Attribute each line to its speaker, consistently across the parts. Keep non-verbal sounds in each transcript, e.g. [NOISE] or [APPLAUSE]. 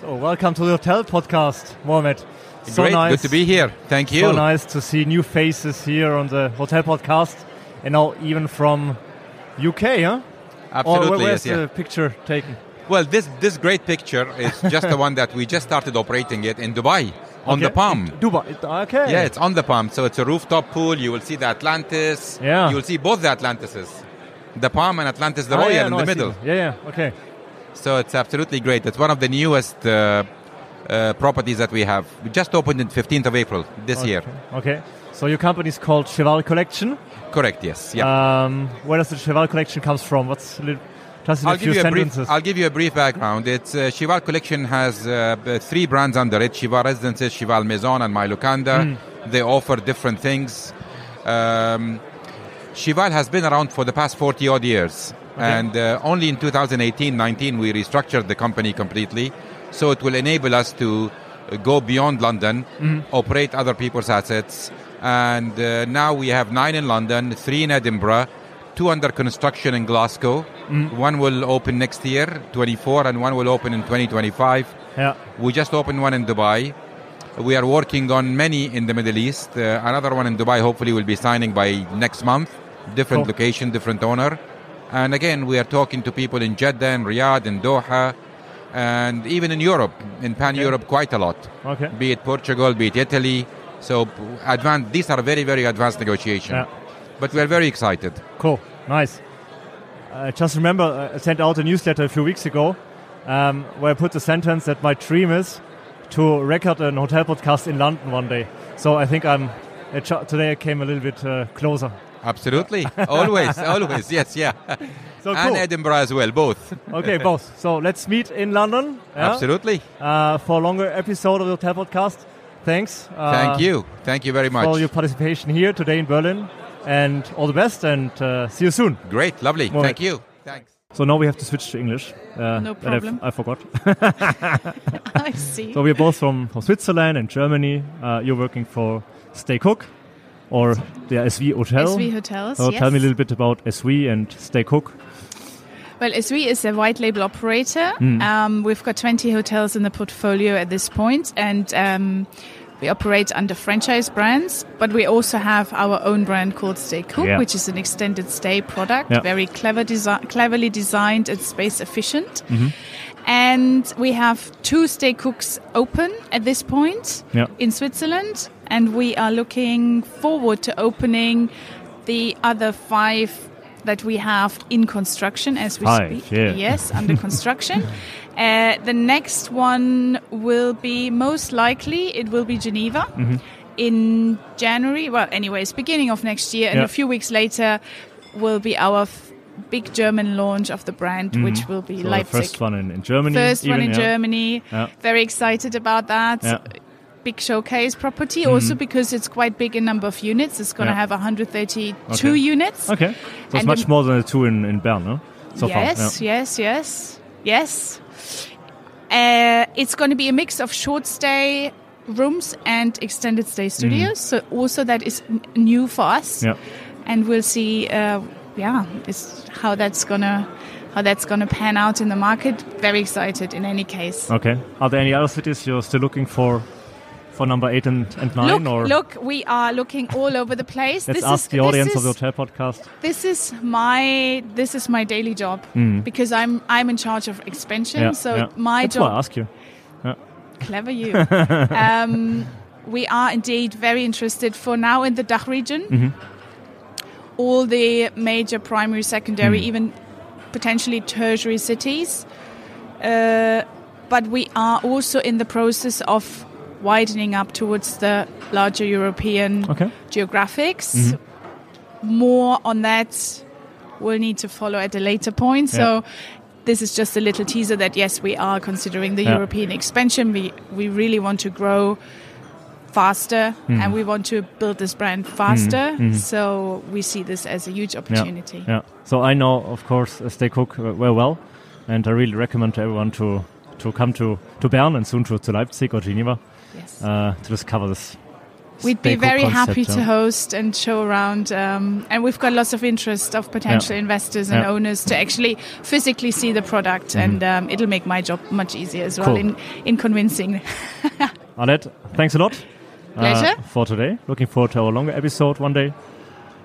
Speaker 1: So Oh, welcome to the hotel podcast, Mohamed. So
Speaker 2: Great,
Speaker 1: nice,
Speaker 2: good to be here. Thank you.
Speaker 1: So nice to see new faces here on the hotel podcast, and now even from UK, huh? or where-
Speaker 2: Absolutely, yes,
Speaker 1: where's
Speaker 2: yeah.
Speaker 1: the picture taken?
Speaker 2: Well, this this great picture is just
Speaker 1: [LAUGHS]
Speaker 2: the one that we just started operating it in Dubai on the
Speaker 1: Okay.
Speaker 2: Palm.
Speaker 1: Dubai. It- Okay.
Speaker 2: Yeah, it's on the Palm. So it's a rooftop pool. You will see the Atlantis.
Speaker 1: Yeah.
Speaker 2: You will see both the Atlantises, the Palm and Atlantis the
Speaker 1: Ah,
Speaker 2: Royal
Speaker 1: yeah,
Speaker 2: in
Speaker 1: no,
Speaker 2: the
Speaker 1: I see.
Speaker 2: middle.
Speaker 1: Yeah, yeah. Okay.
Speaker 2: So it's absolutely great. It's one of the newest uh, uh, properties that we have. We just opened it 15th of April this year.
Speaker 1: Okay. So your company is called Cheval Collection.
Speaker 2: Correct. Yes. Yeah.
Speaker 1: Um, where does the Cheval Collection comes from? What's a little, just in
Speaker 2: I'll
Speaker 1: a few
Speaker 2: give you a
Speaker 1: sentences?
Speaker 2: brief. I'll give you a brief background. It's uh, Chival Collection has uh, b- three brands under it: Chival Residences, Chival Maison, and My Locanda.
Speaker 1: Hmm.
Speaker 2: They offer different things. Um, Chival has been around for the past 40 odd years, and uh, only in 2018-19 we restructured the company completely, so it will enable us to uh, go beyond London,
Speaker 1: Hmm.
Speaker 2: operate other people's assets, and uh, now we have nine in London, three in Edinburgh, two under construction in Glasgow.
Speaker 1: Mm.
Speaker 2: One will open next year, 24, and one will open in 2025.
Speaker 1: yeah.
Speaker 2: We just opened one in Dubai. We are working on many in the Middle East. Uh, another one in Dubai, hopefully, will be signing by next month. Different
Speaker 1: Cool.
Speaker 2: location, different owner. And again, we are talking to people in Jeddah, in Riyadh, in Doha, and even in Europe, in pan Europe, quite a lot.
Speaker 1: Okay.
Speaker 2: Be it Portugal, be it Italy. So, advanced, these are very, very advanced negotiations.
Speaker 1: Yeah.
Speaker 2: But we are very excited.
Speaker 1: Cool, nice. I just remember uh, I sent out a newsletter a few weeks ago um, where I put the sentence that my dream is to record an hotel podcast in London one day. So I think I'm uh, ch- today I came a little bit uh, closer.
Speaker 2: Absolutely. always, always. Yes, yeah.
Speaker 1: [LAUGHS]
Speaker 2: [LAUGHS]
Speaker 1: So
Speaker 2: and
Speaker 1: cool.
Speaker 2: Edinburgh as well, both.
Speaker 1: okay, both. So let's meet in London yeah,
Speaker 2: Absolutely.
Speaker 1: uh, for a longer episode of the hotel podcast. Thanks. Uh,
Speaker 2: Thank you. Thank you very much.
Speaker 1: for your participation here today in Berlin, and all the best. And uh, see you soon.
Speaker 2: Great, lovely.
Speaker 1: Moritz.
Speaker 2: Thank you. Thanks.
Speaker 1: So now we have to switch to English. Uh,
Speaker 3: No
Speaker 1: and I f-
Speaker 3: problem.
Speaker 1: I forgot.
Speaker 3: [LAUGHS]
Speaker 1: [LAUGHS]
Speaker 3: I see.
Speaker 1: So we're both from, from Switzerland and Germany. Uh, you're working for Stay Cook or the SV Hotel.
Speaker 3: SV Hotels.
Speaker 1: so
Speaker 3: yes.
Speaker 1: tell me a little bit about SV and Stay Cook.
Speaker 3: Well, SV is a white label operator.
Speaker 1: Hmm.
Speaker 3: Um, we've got 20 hotels in the portfolio at this point, and um, we operate under franchise brands, but we also have our own brand called Stay Cook,
Speaker 1: Yeah.
Speaker 3: which is an extended stay product,
Speaker 1: Yeah.
Speaker 3: very clever desi- cleverly designed and space efficient.
Speaker 1: Mm-hmm.
Speaker 3: And we have two Stay Cooks open at this point
Speaker 1: Yeah.
Speaker 3: in Switzerland, and we are looking forward to opening the other five that we have in construction as we
Speaker 1: Five,
Speaker 3: speak.
Speaker 1: yeah.
Speaker 3: Yes,
Speaker 1: [LAUGHS]
Speaker 3: under construction. Uh, the next one will be most likely it will be Geneva.
Speaker 1: Mm-hmm.
Speaker 3: In January, well, anyways, beginning of next year, and
Speaker 1: Yeah.
Speaker 3: a few weeks later will be our f- big German launch of the brand, Mm-hmm. which will be
Speaker 1: Mm-hmm. So the
Speaker 3: Leipzig.
Speaker 1: first one in, in Germany.
Speaker 3: First one
Speaker 1: even,
Speaker 3: in
Speaker 1: yeah.
Speaker 3: Germany.
Speaker 1: Yeah.
Speaker 3: Very excited about that.
Speaker 1: Yeah. Mm-hmm.
Speaker 3: Big showcase property, also because it's quite big in number of units. It's going to
Speaker 1: Yeah.
Speaker 3: have 132
Speaker 1: Okay.
Speaker 3: units.
Speaker 1: Okay. So it's
Speaker 3: And
Speaker 1: much
Speaker 3: the-
Speaker 1: more than the two in, in Bern, no? So
Speaker 3: yes,
Speaker 1: far.
Speaker 3: yes, yes, yes. Uh, it's going to be a mix of short stay rooms and extended stay studios. So also that is n- new for us,
Speaker 1: Mm-hmm. Yeah.
Speaker 3: and we'll see. Uh, yeah, it's how that's gonna how that's gonna pan out in the market. Very excited in any case.
Speaker 1: yeah. Okay. Are there any other cities you're still looking for for number eight and, and nine?
Speaker 3: Look,
Speaker 1: or
Speaker 3: look, we are looking all over the place.
Speaker 1: let's
Speaker 3: this
Speaker 1: ask
Speaker 3: is,
Speaker 1: the audience
Speaker 3: this
Speaker 1: of
Speaker 3: is,
Speaker 1: the hotel podcast.
Speaker 3: This is my this is my daily job because I'm I'm in charge of expansion.
Speaker 1: Hmm. Yeah,
Speaker 3: so
Speaker 1: yeah.
Speaker 3: my
Speaker 1: That's why I
Speaker 3: job,
Speaker 1: ask you.
Speaker 3: clever you. um, we are indeed very interested for now in the Dach region. All the major primary, secondary, even potentially tertiary cities. Uh, but we are also in the process of widening up towards the larger European
Speaker 1: Okay.
Speaker 3: geographics. More on that we'll need to follow at a later point. So this is just a little teaser that yes, we are considering the
Speaker 1: Yeah.
Speaker 3: European expansion. We we really want to grow faster
Speaker 1: Mm-hmm.
Speaker 3: and we want to build this brand faster. So we see this as a huge opportunity.
Speaker 1: Yeah. yeah. So I know, of course, uh, Stay Cook uh, very well, and I really recommend to everyone to to come to to Bern and soon to, to Leipzig or Geneva
Speaker 3: Yes.
Speaker 1: uh, to discover this
Speaker 3: We'd be
Speaker 4: Speko
Speaker 3: very
Speaker 4: concept,
Speaker 3: happy to
Speaker 4: huh?
Speaker 3: host and show around, um, and we've got lots of interest of potential investors and
Speaker 4: Yeah.
Speaker 3: owners to actually physically see the product,
Speaker 1: Mm-hmm.
Speaker 3: and um, it'll make my job much easier as well
Speaker 4: Cool.
Speaker 3: in in convincing. [LAUGHS]
Speaker 1: Arlette, thanks a lot uh,
Speaker 3: Pleasure.
Speaker 1: for today. Looking forward to our longer episode one day.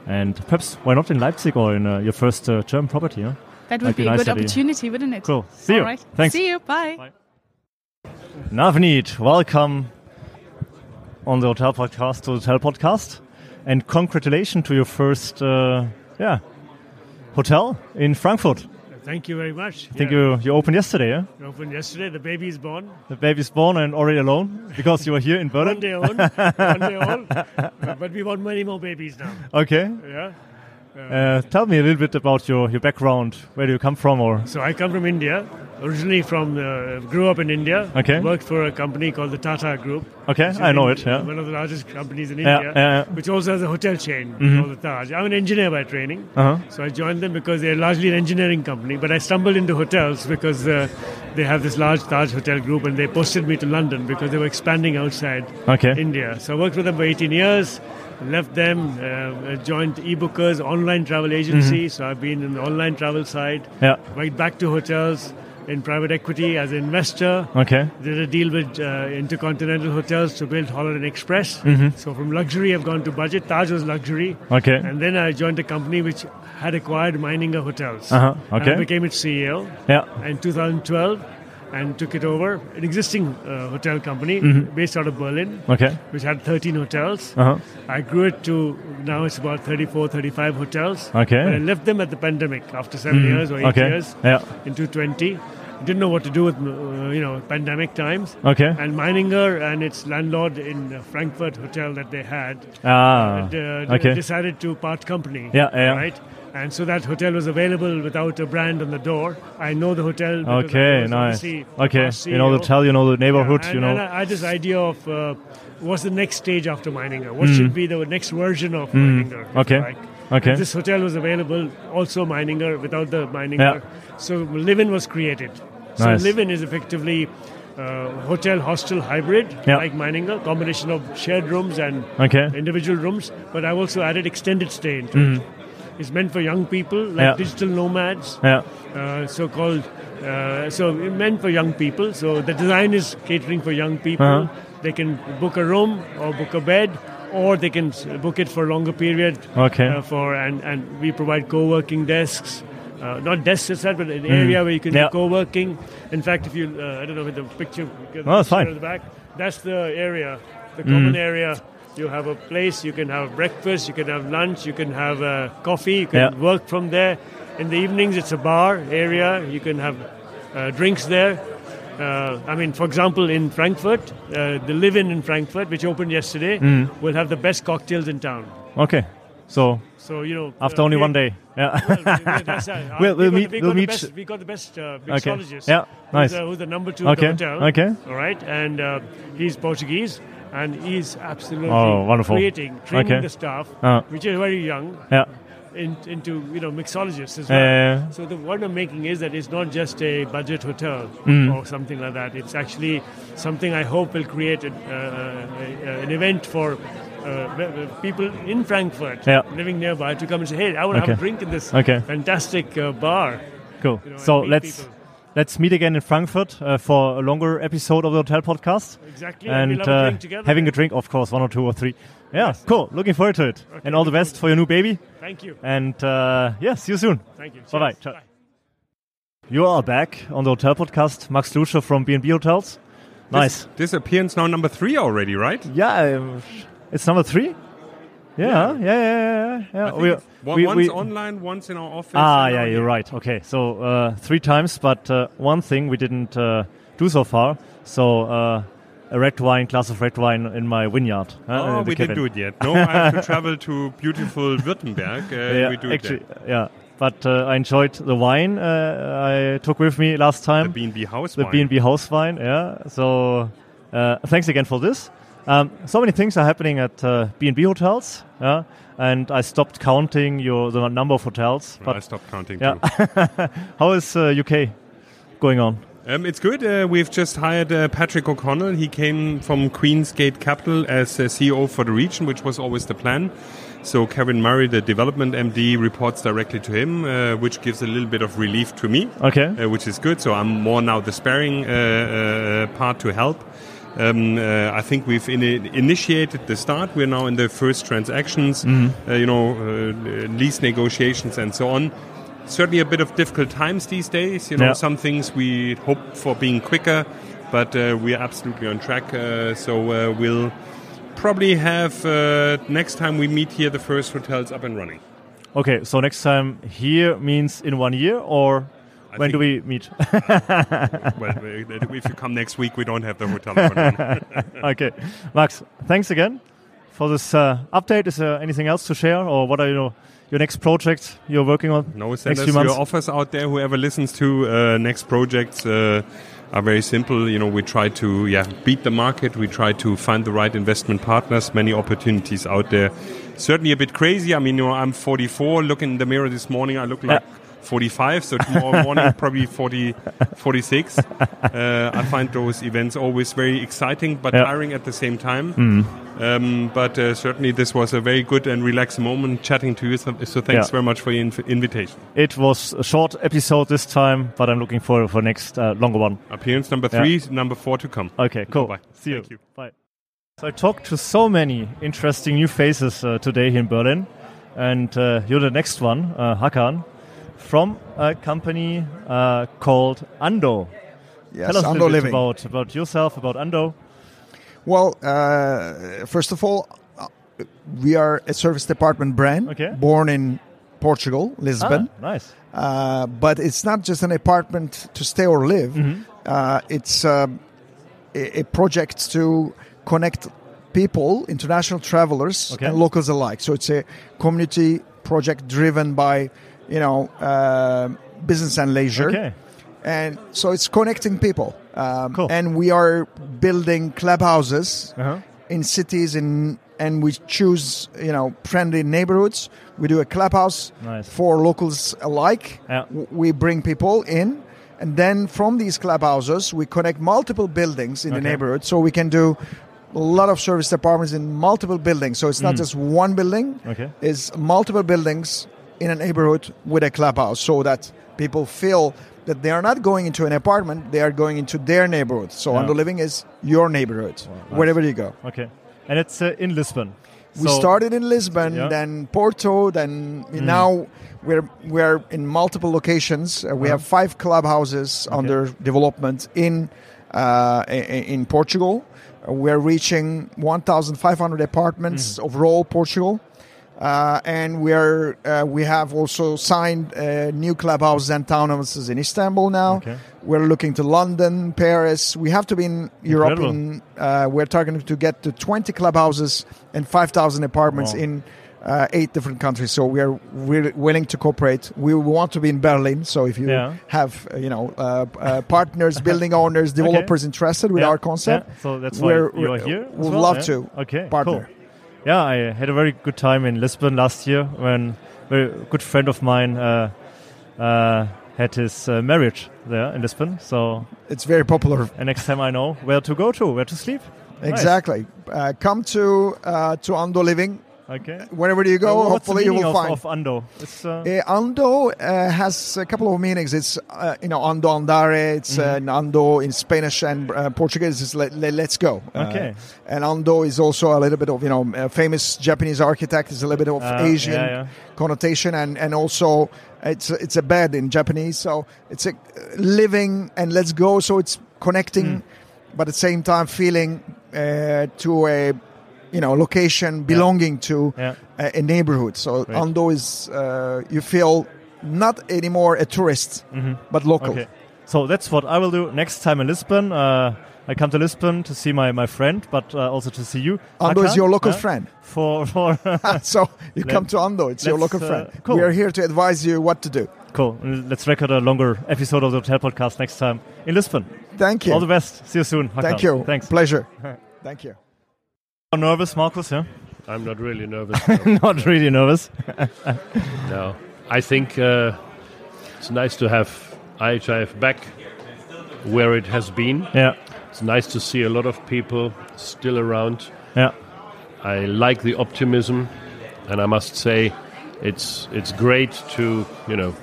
Speaker 1: And perhaps why not in Leipzig or in uh, your first uh, German property? Huh?
Speaker 3: That
Speaker 1: Might
Speaker 3: would
Speaker 1: be
Speaker 3: be, a
Speaker 1: nice
Speaker 3: good
Speaker 1: idea.
Speaker 3: opportunity, wouldn't it?
Speaker 1: Cool. See you.
Speaker 3: All right.
Speaker 1: Thanks.
Speaker 3: See you. Bye.
Speaker 1: Navneet, welcome on the Hotel Podcast to the Hotel Podcast. And congratulations to your first uh, yeah, hotel in Frankfurt.
Speaker 5: Thank you very much.
Speaker 1: I think you, you opened yesterday, yeah?
Speaker 5: you opened yesterday. The baby is born.
Speaker 1: The baby's born and already alone because you were here in
Speaker 5: One
Speaker 1: Berlin.
Speaker 5: day old. one
Speaker 1: [LAUGHS]
Speaker 5: day old. Uh, But we want many more babies now.
Speaker 1: Okay.
Speaker 5: Yeah.
Speaker 1: Uh, tell me a little bit about your, your background. Where do you come from? Or
Speaker 5: So I come from India. Originally from uh, grew up in India.
Speaker 1: Okay.
Speaker 5: Worked for a company called the Tata Group.
Speaker 1: okay,
Speaker 5: which is
Speaker 1: I know
Speaker 5: in-
Speaker 1: it. Yeah.
Speaker 5: One of the largest companies in
Speaker 1: Yeah,
Speaker 5: India,
Speaker 1: yeah, yeah.
Speaker 5: which also has a hotel chain called the Taj. I'm an engineer by training.
Speaker 1: Uh-huh.
Speaker 5: So I joined them because they're largely an engineering company, but I stumbled into hotels because uh, they have this large Taj hotel group and they posted me to London because they were expanding outside
Speaker 1: Okay.
Speaker 5: India. So I worked with them for 18 years, left them, uh, joined eBookers, online travel agency. So I've been in the online travel side,
Speaker 1: Yeah.
Speaker 5: went back to hotels in private equity as an investor.
Speaker 1: Okay.
Speaker 5: Did a deal with uh, Intercontinental Hotels to build Holiday Inn Express. So from luxury, I've gone to budget. Taj was luxury.
Speaker 1: Mm-hmm. Okay.
Speaker 5: And then I joined a company which had acquired Meininger Hotels.
Speaker 1: Uh-huh.
Speaker 5: And
Speaker 1: Okay.
Speaker 5: I became its CEO
Speaker 1: Yeah.
Speaker 5: in 2012 and took it over. An existing uh, hotel company based out of Berlin,
Speaker 1: Mm-hmm. Okay.
Speaker 5: which had 13 hotels.
Speaker 1: Uh-huh.
Speaker 5: I grew it to now it's about 34, 35 hotels.
Speaker 1: Okay. Mm.
Speaker 5: But I left them at the pandemic after 7 years or eight
Speaker 1: Okay.
Speaker 5: years
Speaker 1: Yeah.
Speaker 5: into 20. Didn't know what to do with uh, you know pandemic times.
Speaker 1: Okay.
Speaker 5: And Meininger and its landlord in the Frankfurt hotel that they had
Speaker 1: Ah.
Speaker 5: d- uh, d-
Speaker 1: Okay.
Speaker 5: decided to part company.
Speaker 1: Yeah, yeah.
Speaker 5: Right? And so that hotel was available without a brand on the door. I know the hotel. because I
Speaker 1: Okay.
Speaker 5: was
Speaker 1: Nice.
Speaker 5: obviously the
Speaker 1: Okay.
Speaker 5: past
Speaker 1: You know the
Speaker 5: CEO.
Speaker 1: tell. You know the neighborhood.
Speaker 5: Yeah, and,
Speaker 1: You know.
Speaker 5: and I, I had this idea of uh, what's the next stage after Meininger? What should be the next version of Meininger? if
Speaker 1: Mm. Okay.
Speaker 5: you like.
Speaker 1: Okay.
Speaker 5: And This hotel was available, also Meininger, without the Meininger. So Livin was created. So
Speaker 1: Nice.
Speaker 5: Livin is effectively uh, hotel hostel hybrid,
Speaker 1: Yeah.
Speaker 5: like Meininger, combination of shared rooms and
Speaker 1: Okay.
Speaker 5: individual rooms. But I've also added extended stay into it. It's meant for young people, like
Speaker 1: Mm-hmm. Yeah.
Speaker 5: digital nomads
Speaker 1: Yeah.
Speaker 5: uh, so-called, uh, so meant for young people. So the design is catering for young people.
Speaker 1: Uh-huh.
Speaker 5: They can book a room or book a bed, or they can s- book it for a longer period.
Speaker 1: Okay.
Speaker 5: Uh, for and and we provide co-working desks. Uh, not desks as such, but an area where you can
Speaker 1: Hmm. Yeah.
Speaker 5: do co-working. In fact, if you, uh, I don't know, with the picture, get the
Speaker 1: No, it's
Speaker 5: picture
Speaker 1: fine. Hmm.
Speaker 5: at the back, that's the area, the common area. You have a place, you can have breakfast, you can have lunch, you can have uh, coffee, you can
Speaker 1: Yeah.
Speaker 5: work from there. In the evenings, it's a bar area. You can have uh, drinks there. Uh, I mean, for example, in Frankfurt, uh, the Live-In in Frankfurt, which opened yesterday,
Speaker 1: Hmm.
Speaker 5: will have the best cocktails in town.
Speaker 1: Okay. So
Speaker 5: So you know,
Speaker 1: after
Speaker 5: uh,
Speaker 1: only
Speaker 5: we-
Speaker 1: one day. Yeah.
Speaker 5: [LAUGHS] well, that's, uh,
Speaker 1: [LAUGHS] We'll- we'll
Speaker 5: we got the-
Speaker 1: meet-
Speaker 5: we
Speaker 1: we'll
Speaker 5: got the
Speaker 1: meet-
Speaker 5: best- We got the best uh,
Speaker 1: Okay.
Speaker 5: mixologist.
Speaker 1: Yeah, nice.
Speaker 5: Who's, uh, who's the number two
Speaker 1: Okay,
Speaker 5: at the hotel?
Speaker 1: okay.
Speaker 5: All right, and uh, he's Portuguese, and he's absolutely
Speaker 1: Oh, wonderful.
Speaker 5: creating, training
Speaker 1: Okay.
Speaker 5: the staff,
Speaker 1: Uh.
Speaker 5: which is very young,
Speaker 1: yeah.
Speaker 5: in, into you know mixologists as well.
Speaker 1: Yeah.
Speaker 5: So the point I'm making is that it's not just a budget hotel
Speaker 1: Mm.
Speaker 5: or something like that. It's actually something I hope will create an, uh, a, a- an event for uh, be- be- people in Frankfurt
Speaker 1: Yeah.
Speaker 5: living nearby to come and say, "Hey, I want to
Speaker 1: Okay.
Speaker 5: have a drink in this
Speaker 1: Okay.
Speaker 5: fantastic uh, bar."
Speaker 1: Cool.
Speaker 5: You know,
Speaker 1: so
Speaker 5: and meet
Speaker 1: let's
Speaker 5: people.
Speaker 1: let's meet again in Frankfurt uh, for a longer episode of the Hotel Podcast.
Speaker 5: Exactly, and
Speaker 1: And
Speaker 5: we'll have a
Speaker 1: uh,
Speaker 5: drink together
Speaker 1: having a
Speaker 5: then.
Speaker 1: drink, of course, one or two or three. Yeah. Cool. Looking forward to it. and all the best for your new baby.
Speaker 5: Thank you.
Speaker 1: And uh, yeah, see you soon.
Speaker 5: Thank you.
Speaker 1: Bye-bye.
Speaker 5: Cheers.
Speaker 1: Ciao. You are back on the Hotel Podcast. Max Luscher from B&B Hotels. Nice.
Speaker 6: This appearance now number three already, right?
Speaker 1: Yeah, um, it's number three. Yeah, yeah, yeah, yeah. yeah, yeah.
Speaker 6: I think
Speaker 1: We-
Speaker 6: it's- one-
Speaker 1: we-
Speaker 6: once
Speaker 1: we-
Speaker 6: online, once in our office.
Speaker 1: Ah,
Speaker 6: and
Speaker 1: yeah,
Speaker 6: now
Speaker 1: you're
Speaker 6: here.
Speaker 1: right. Okay, so uh, three times, but uh, one thing we didn't uh, do so far. So uh, a red wine, glass of red wine in my vineyard. uh,
Speaker 6: Oh,
Speaker 1: in the
Speaker 6: we didn't
Speaker 1: cabin.
Speaker 6: do it yet. No,
Speaker 1: [LAUGHS]
Speaker 6: I have to travel to beautiful Württemberg. Uh,
Speaker 1: Yeah,
Speaker 6: we do
Speaker 1: actually,
Speaker 6: it there.
Speaker 1: yeah. But uh, I enjoyed the wine uh, I took with me last
Speaker 6: the
Speaker 1: time.
Speaker 6: B&B house.
Speaker 1: the
Speaker 6: wine.
Speaker 1: B&B house wine. Yeah. So uh, thanks again for this. Um, so many things are happening at uh, B&B hotels. Yeah. And I stopped counting your the number of hotels.
Speaker 6: I
Speaker 1: But [LAUGHS]
Speaker 6: stopped counting
Speaker 1: Yeah.
Speaker 6: too.
Speaker 1: how is uh, UK going on?
Speaker 6: Um, it's good. Uh, we've just hired uh, Patrick O'Connell. He came from Queensgate Capital as uh, CEO for the region, which was always the plan. So Kevin Murray, the development MD, reports directly to him, uh, which gives a little bit of relief to me,
Speaker 1: Okay.
Speaker 6: uh, which is good. So I'm more now the sparing uh, uh, part to help. Um, uh, I think we've in- initiated the start. We're now in the first transactions, uh, you know, uh, lease negotiations and so on. Certainly a bit of difficult times these days. You know,
Speaker 1: Yeah.
Speaker 6: some things we hope for being quicker, but uh, we are absolutely on track. Uh, so uh, we'll probably have uh, next time we meet here the first hotels up and running.
Speaker 1: Okay, so next time here means in one year, or
Speaker 6: I
Speaker 1: when do we
Speaker 6: think-
Speaker 1: meet?
Speaker 6: [LAUGHS] well, [LAUGHS] uh, if you come next week, we don't have the hotel up and running. [LAUGHS]
Speaker 1: [LAUGHS] okay, Max, thanks again for this uh, update. Is there anything else to share, or what are your your next projects you're working on?
Speaker 6: No, send
Speaker 1: next
Speaker 6: us
Speaker 1: few
Speaker 6: your
Speaker 1: months.
Speaker 6: offers out there. Whoever listens to uh, next projects uh, are very simple. You know, we try to yeah beat the market. We try to find the right investment partners. Many opportunities out there. Certainly a bit crazy. I mean, you know, I'm 44. Looking in the mirror this morning, I look like. 45 so tomorrow morning [LAUGHS] probably 40 46 uh, i find those events always very exciting but
Speaker 1: Yeah. Hmm.
Speaker 6: tiring at the same time um, but uh, certainly this was a very good and relaxed moment chatting to you so, so thanks
Speaker 1: Yeah.
Speaker 6: very much for your inv- invitation
Speaker 1: It was a short episode this time, but I'm looking forward for next uh, longer one.
Speaker 6: Appearance number
Speaker 1: Yeah.
Speaker 6: three, number four to come.
Speaker 1: Okay, cool.
Speaker 6: Bye-bye.
Speaker 1: See you.
Speaker 6: Thank you.
Speaker 1: Bye. So I talked to so many interesting new faces uh, today here in Berlin, and uh, you're the next one, uh, Hakan, from a company uh, called Ando.
Speaker 4: Yes,
Speaker 1: Tell us a
Speaker 4: Ando
Speaker 1: little bit
Speaker 4: Living.
Speaker 1: about about yourself, about Ando.
Speaker 4: Well, uh, first of all, uh, we are a service department brand
Speaker 1: Okay.
Speaker 4: born in Portugal, Lisbon.
Speaker 1: Ah, nice.
Speaker 4: Uh, but it's not just an apartment to stay or live.
Speaker 1: Mm-hmm.
Speaker 4: Uh, it's um, a, a project to connect people, international travelers,
Speaker 1: Okay.
Speaker 4: and locals alike. So it's a community project driven by, you know, uh, business and leisure
Speaker 1: Okay.
Speaker 4: and so it's connecting people. Um,
Speaker 1: Cool.
Speaker 4: And we are building clubhouses
Speaker 1: Uh-huh.
Speaker 4: in cities, in and we choose you know friendly neighborhoods. We do a clubhouse
Speaker 1: Nice.
Speaker 4: for locals alike.
Speaker 1: Yeah.
Speaker 4: W- We bring people in, and then from these clubhouses, we connect multiple buildings in the
Speaker 1: Okay.
Speaker 4: neighborhood, so we can do. A lot of service departments in multiple buildings, so it's
Speaker 1: Hmm.
Speaker 4: not just one building.
Speaker 1: Okay.
Speaker 4: It's multiple buildings in a neighborhood with a clubhouse so that people feel that they are not going into an apartment, they are going into their neighborhood. So
Speaker 1: Yeah.
Speaker 4: under living is your neighborhood, wherever you go.
Speaker 1: Okay. And it's uh, in Lisbon.
Speaker 4: we
Speaker 1: So-
Speaker 4: started in Lisbon,
Speaker 1: Yeah. Mm.
Speaker 4: then Porto, then now we're we're in multiple locations. Uh,
Speaker 1: Uh-huh.
Speaker 4: we have five clubhouses under development in uh, i- i- in Portugal. Uh, we're reaching 1,500 apartments
Speaker 1: Mm-hmm.
Speaker 4: overall Portugal. Uh, and we are uh, we have also signed uh, new clubhouses and townhouses in Istanbul now.
Speaker 1: Okay.
Speaker 4: We're looking to London, Paris. We have to be in Europe.
Speaker 1: Incredible.
Speaker 4: In, uh, we're targeting to get to 20 clubhouses and 5,000 apartments
Speaker 1: Wow.
Speaker 4: in uh, eight different countries. So we are really willing to cooperate. We want to be in Berlin. So if you
Speaker 1: Yeah.
Speaker 4: have uh, you know uh, uh, partners, building
Speaker 1: [LAUGHS]
Speaker 4: owners, developers interested with
Speaker 1: Yeah,
Speaker 4: our concept,
Speaker 1: yeah. So that's why
Speaker 4: we're,
Speaker 1: you are here. as
Speaker 4: We'd
Speaker 1: well,
Speaker 4: love
Speaker 1: yeah?
Speaker 4: to
Speaker 1: Okay,
Speaker 4: partner.
Speaker 1: Cool. Yeah, I had a very good time in Lisbon last year when a very good friend of mine uh, uh, had his uh, marriage there in Lisbon. So
Speaker 4: It's very popular
Speaker 1: and next time I know where to go to, where to sleep. Nice.
Speaker 4: Exactly. Uh, come to uh, to Ando Living
Speaker 1: Okay.
Speaker 4: wherever you go.
Speaker 1: Uh, what's the
Speaker 4: hopefully, you
Speaker 1: meaning
Speaker 4: will
Speaker 1: of,
Speaker 4: find.
Speaker 1: of Ando. It's, uh,
Speaker 4: Uh, Ando uh, has a couple of meanings. It's uh, you know Ando Andare. It's
Speaker 1: Mm-hmm.
Speaker 4: uh, Ando in Spanish and uh, Portuguese. It's let, let, us go. Uh,
Speaker 1: Okay.
Speaker 4: and Ando is also a little bit of you know a famous Japanese architect. Is a little bit of
Speaker 1: Ah,
Speaker 4: Asian
Speaker 1: yeah, yeah.
Speaker 4: connotation and and also it's it's a bed in Japanese. So it's a living and let's go. So it's
Speaker 1: Mm.
Speaker 4: connecting, but at the same time feeling uh, to a you know location belonging to uh,
Speaker 1: Yeah.
Speaker 4: a, a neighborhood. So Ando is uh, you feel not anymore a tourist, but local.
Speaker 1: Mm-hmm. Okay. So that's what I will do next time in Lisbon. Uh, I come to Lisbon to see my, my friend, but uh, also to see you.
Speaker 4: Ando is
Speaker 1: Hakan,
Speaker 4: your local
Speaker 1: huh?
Speaker 4: friend.
Speaker 1: For for
Speaker 4: [LAUGHS] so
Speaker 1: [LAUGHS]
Speaker 4: you
Speaker 1: Let-
Speaker 4: come to Ando. It's your
Speaker 1: let's,
Speaker 4: local
Speaker 1: uh,
Speaker 4: friend.
Speaker 1: cool.
Speaker 4: We are here to advise you what to do.
Speaker 1: cool. Let's record a longer episode of the Hotel Podcast next time in Lisbon.
Speaker 4: Thank you.
Speaker 1: All the best. See you soon. Hakan.
Speaker 4: Thank you.
Speaker 1: Thanks. [LAUGHS]
Speaker 4: Pleasure. Thank you.
Speaker 1: Are you nervous, Markus? Yeah. [LAUGHS]
Speaker 5: I'm not really
Speaker 7: [LAUGHS]
Speaker 5: nervous.
Speaker 1: Not really nervous. [LAUGHS]
Speaker 5: no, I think uh, it's nice to have IHIF back
Speaker 7: where it has been.
Speaker 1: Yeah.
Speaker 7: It's nice to see a lot of people still around.
Speaker 1: Yeah.
Speaker 7: I like the optimism, and I must say, it's it's great to you know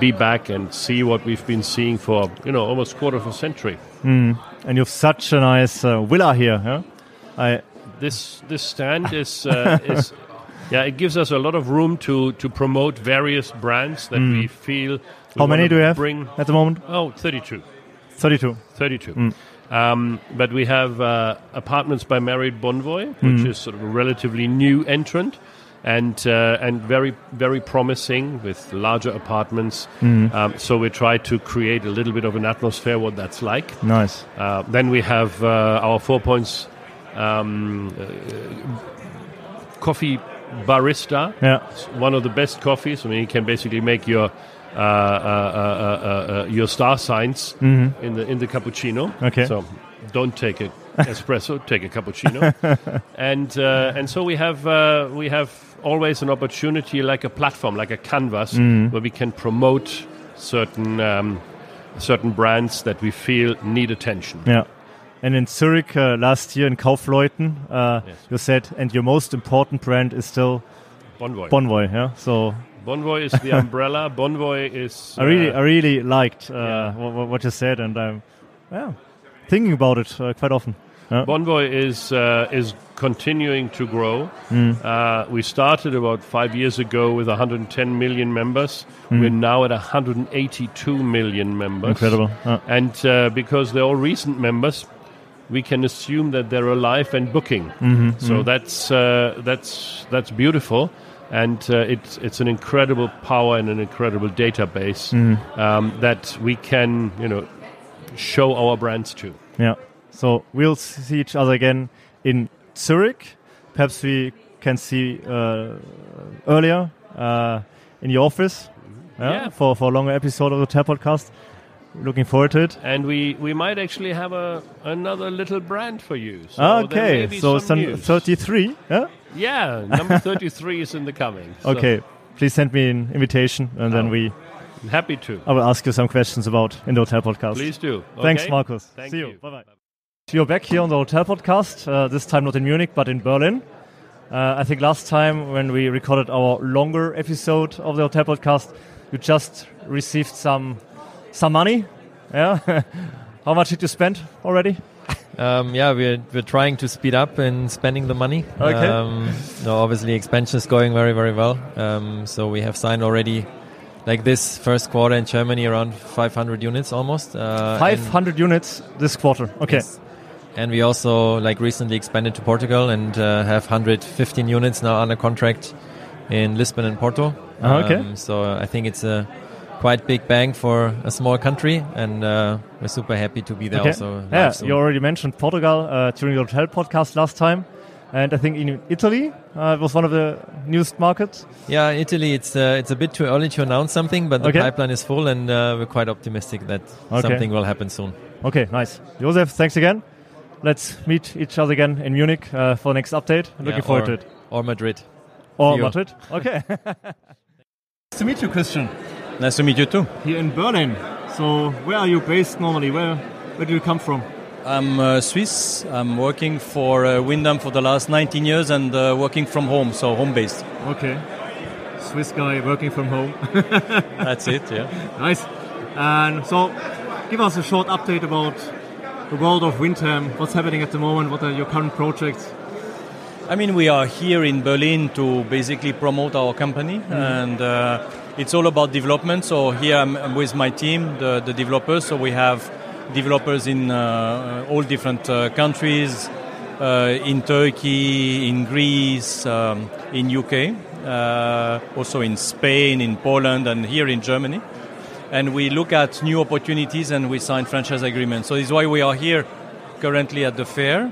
Speaker 7: be back and see what we've been seeing for you know almost quarter of a century.
Speaker 1: Hmm. And you have such a nice uh, villa here. Huh? I
Speaker 7: This this stand is uh,
Speaker 1: [LAUGHS]
Speaker 7: is yeah, it gives us a lot of room to to promote various brands that we feel. we
Speaker 1: Hmm. how many
Speaker 7: wanna
Speaker 1: do you have
Speaker 7: Bring
Speaker 1: at the moment? Hmm.
Speaker 7: oh 32.
Speaker 1: Thirty-two.
Speaker 7: 32. Um, but we have uh, Apartments by Married Bonvoy,
Speaker 1: Hmm.
Speaker 7: which is sort of a relatively new entrant and uh, and very very promising with larger apartments.
Speaker 1: Hmm.
Speaker 7: Um, so we try to create a little bit of an atmosphere what that's like.
Speaker 1: Nice.
Speaker 7: Uh, then we have uh, our Four Points um, uh, coffee barista.
Speaker 1: Yeah.
Speaker 7: It's one of the best coffees. I mean, you can basically make your uh, uh, uh, uh, uh, your star signs in the in the cappuccino.
Speaker 1: Okay.
Speaker 7: So don't take
Speaker 1: [LAUGHS]
Speaker 7: a espresso, take a cappuccino. and uh, and so we have uh, we have always an opportunity, like a platform, like a canvas,
Speaker 1: Mm.
Speaker 7: where we can promote certain. Um, certain brands that we feel need attention
Speaker 1: Yeah. And in Zurich uh, last year in Kaufleuten, uh,
Speaker 7: Yes.
Speaker 1: you said, and your most important brand is still
Speaker 7: Bonvoy.
Speaker 1: Bonvoy. Yeah. So
Speaker 7: Bonvoy is
Speaker 1: [LAUGHS]
Speaker 7: the umbrella. Bonvoy is.
Speaker 1: I really,
Speaker 7: uh,
Speaker 1: I really liked uh,
Speaker 7: Yeah.
Speaker 1: wha- wha- what you said, and I'm yeah, thinking about it uh, quite often. Yeah.
Speaker 7: Bonvoy is uh, is continuing to grow. Uh, we started about five years ago with 110 million members. We're now at 182 million members.
Speaker 1: Incredible. Yeah.
Speaker 7: And uh, because they're all recent members, we can assume that they're alive and booking. So that's uh, that's that's beautiful, and uh, it's it's an incredible power and an incredible database um, that we can you know show our brands to.
Speaker 1: Yeah. So we'll see each other again in Zurich. Perhaps we can see uh, earlier uh, in your office yeah,
Speaker 7: Mm-hmm. Yeah.
Speaker 1: For, for a longer episode of the Tap Podcast. Looking forward to it.
Speaker 7: and we, we might actually have a another little brand for you. So there may
Speaker 1: okay,
Speaker 7: be
Speaker 1: so
Speaker 7: some
Speaker 1: some
Speaker 7: news.
Speaker 1: 33. Yeah?
Speaker 7: Yeah, number thirty three is in the coming. So
Speaker 1: [LAUGHS] Okay, please send me an invitation and then
Speaker 7: Oh.
Speaker 1: we
Speaker 7: I'm happy to.
Speaker 1: I will ask you some questions about in the Hotel Podcast.
Speaker 7: Please do. Okay?
Speaker 1: Thanks, Markus.
Speaker 7: Thank
Speaker 1: see you.
Speaker 7: you.
Speaker 1: Bye bye. You're back here on the Hotel Podcast, uh, this time not in Munich, but in Berlin. Uh, I think last time when we recorded our longer episode of the Hotel Podcast, you just received some some money. Yeah. [LAUGHS] How much did you spend already?
Speaker 8: Um, yeah, we're we're trying to speed up in spending the money.
Speaker 1: Okay.
Speaker 8: Um, no, obviously expansion is going very very well. Um, so we have signed already, like this first quarter in Germany, around 500 units almost. Uh, and-
Speaker 1: 500 units this quarter. Okay.
Speaker 8: Yes. And we also like recently expanded to Portugal and uh, have 115 units now under contract in Lisbon and Porto. Um,
Speaker 1: Ah, okay.
Speaker 8: so I think it's a quite big bang for a small country, and uh, we're super happy to be there
Speaker 1: Okay.
Speaker 8: also. live
Speaker 1: yeah,
Speaker 8: soon.
Speaker 1: you already mentioned Portugal uh, during the hotel podcast last time, and I think in Italy uh, it was one of the newest markets.
Speaker 8: Yeah, Italy. It's uh, it's a bit too early to announce something, but the
Speaker 1: Okay.
Speaker 8: pipeline is full, and uh, we're quite optimistic that
Speaker 1: Okay.
Speaker 8: something will happen soon.
Speaker 1: Okay, nice. Josef, thanks again. Let's meet each other again in Munich uh, for the next update. Looking
Speaker 8: Yeah,
Speaker 1: forward
Speaker 8: or,
Speaker 1: to it.
Speaker 8: Or Madrid.
Speaker 1: Or
Speaker 8: see you.
Speaker 1: Madrid.
Speaker 8: [LAUGHS]
Speaker 1: Okay. nice to meet you, Christian,
Speaker 9: Nice to meet you too.
Speaker 1: here in Berlin. So, where are you based normally? Where, where do you come from?
Speaker 9: I'm uh, Swiss. I'm working for uh, Windham for the last 19 years and uh, working from home, so home based.
Speaker 1: Okay. Swiss guy working from home. [LAUGHS]
Speaker 8: That's it. Yeah.
Speaker 1: nice. And so, give us a short update about the world of Windham. What's happening at the moment? What are your current projects?
Speaker 9: I mean, we are here in Berlin to basically promote our company, and uh, it's all about development. So here I'm I'm with my team, the, the developers. So we have developers in uh, all different uh, countries, uh, in Turkey, in Greece, um, in UK, uh, also in Spain, in Poland, and here in Germany. And we look at new opportunities, and we sign franchise agreements. So this is why we are here currently at the fair.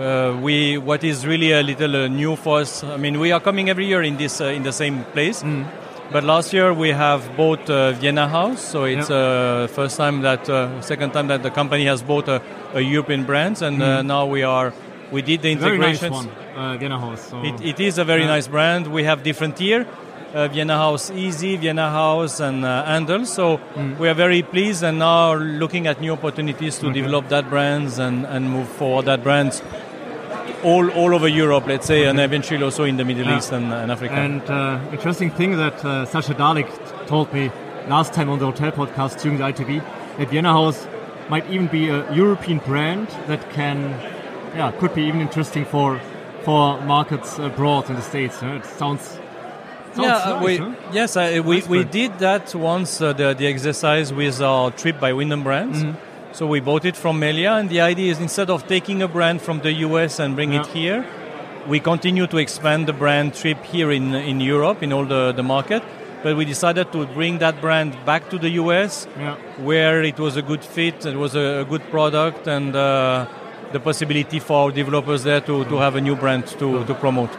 Speaker 9: Uh, we what is really a little uh, new for us. I mean, we are coming every year in this uh, in the same place,
Speaker 1: Mm.
Speaker 9: but last year we have bought uh, Vienna House, so it's
Speaker 1: Yeah.
Speaker 9: uh, first time that uh, second time that the company has bought a, a European brands, and uh, now we are we did the
Speaker 1: Mm. Very
Speaker 9: integrations.
Speaker 1: nice one, uh, Gennerhaus. Uh, So.
Speaker 9: It, it is a very
Speaker 1: Yeah.
Speaker 9: nice brand. We have different tier. uh, Vienna House Easy, Vienna House, and uh, Andel. So
Speaker 1: Mm.
Speaker 9: we are very pleased and now looking at new opportunities to develop that brands and, and move forward that brands all, all over Europe, let's say, and eventually also in the Middle
Speaker 1: Yeah.
Speaker 9: East and, and Africa.
Speaker 1: Uh, And uh, interesting thing that uh, Sasha Dalek t- told me last time on the hotel podcast during the ITV that Vienna House might even be a European brand that can, yeah, could be even interesting for for markets abroad in the states. huh? It sounds, sounds
Speaker 9: yeah, uh,
Speaker 1: nice,
Speaker 9: we,
Speaker 1: huh?
Speaker 9: yes, I, we,
Speaker 1: Nice
Speaker 9: we
Speaker 1: brand.
Speaker 9: did that once, uh, the, the exercise with our trip by Wyndham Brands.
Speaker 1: Mm-hmm.
Speaker 9: So we bought it from Melia, and the idea is instead of taking a brand from the US and bring it
Speaker 1: Yeah.
Speaker 9: here, we continue to expand the brand trip here in, in Europe, in all the, the market. But we decided to bring that brand back to the US,
Speaker 1: Yeah.
Speaker 9: where it was a good fit, it was a, a good product, and uh, the possibility for our developers there to, to have a new brand to, to promote.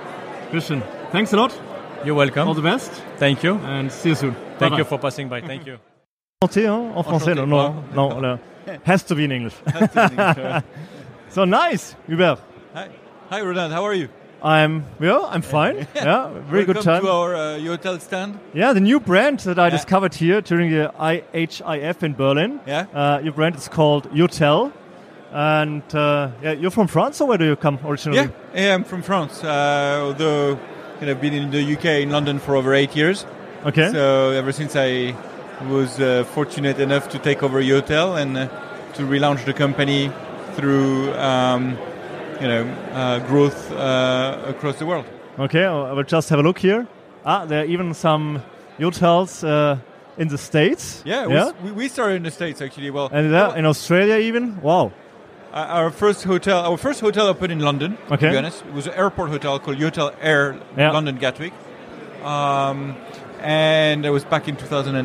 Speaker 1: Christian, thanks a lot.
Speaker 9: You're
Speaker 1: All
Speaker 9: welcome.
Speaker 1: the best,
Speaker 9: Thank you.
Speaker 1: and see you soon.
Speaker 9: Thank you for passing by. Thank you.
Speaker 1: Français, hein? En français, no, no, no, no. uh, Has to be in English. [LAUGHS] so nice, Hubert.
Speaker 10: Hi, hi, Roland. How are you?
Speaker 1: I'm, yeah, I'm fine. Yeah, very good
Speaker 10: Welcome
Speaker 1: time.
Speaker 10: to our uh, your hotel stand.
Speaker 1: Yeah, the new brand that I discovered here during the IHIF in Berlin.
Speaker 10: Yeah.
Speaker 1: Uh, your brand is called Yotel. And uh, yeah, you're from France or where do you come originally?
Speaker 10: Yeah, yeah I'm from France. Uh, although you know, I've been in the UK in London for over eight years.
Speaker 1: Okay.
Speaker 10: So ever since I was uh, fortunate enough to take over your hotel and uh, to relaunch the company through um, you know uh, growth uh, across the world.
Speaker 1: okay, I will just have a look here. Ah, there are even some Yotels uh, in the States.
Speaker 10: Yeah,
Speaker 1: yeah.
Speaker 10: We, we started in the states actually. Well,
Speaker 1: And there, in Australia even. Wow.
Speaker 10: Uh, our first hotel, our first hotel opened in London.
Speaker 1: Okay.
Speaker 10: To be honest, it was an airport hotel called Hotel Air
Speaker 1: Yeah.
Speaker 10: London Gatwick, um, and that was back in 2008.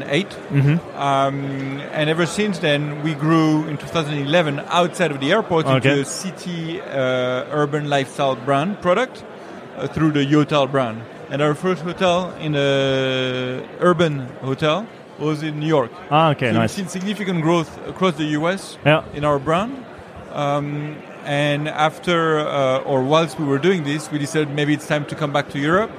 Speaker 1: Mm-hmm.
Speaker 10: Um, and ever since then, we grew in 2011 outside of the airport
Speaker 1: Okay.
Speaker 10: into a city uh, urban lifestyle brand product uh, through the Yotel brand. And our first hotel in a urban hotel was in New York.
Speaker 1: Ah, okay,
Speaker 10: So
Speaker 1: nice.
Speaker 10: We've seen significant growth across the U.S
Speaker 1: Yeah.
Speaker 10: in our brand. Um, and after, uh, or whilst we were doing this, we decided maybe it's time to come back to Europe.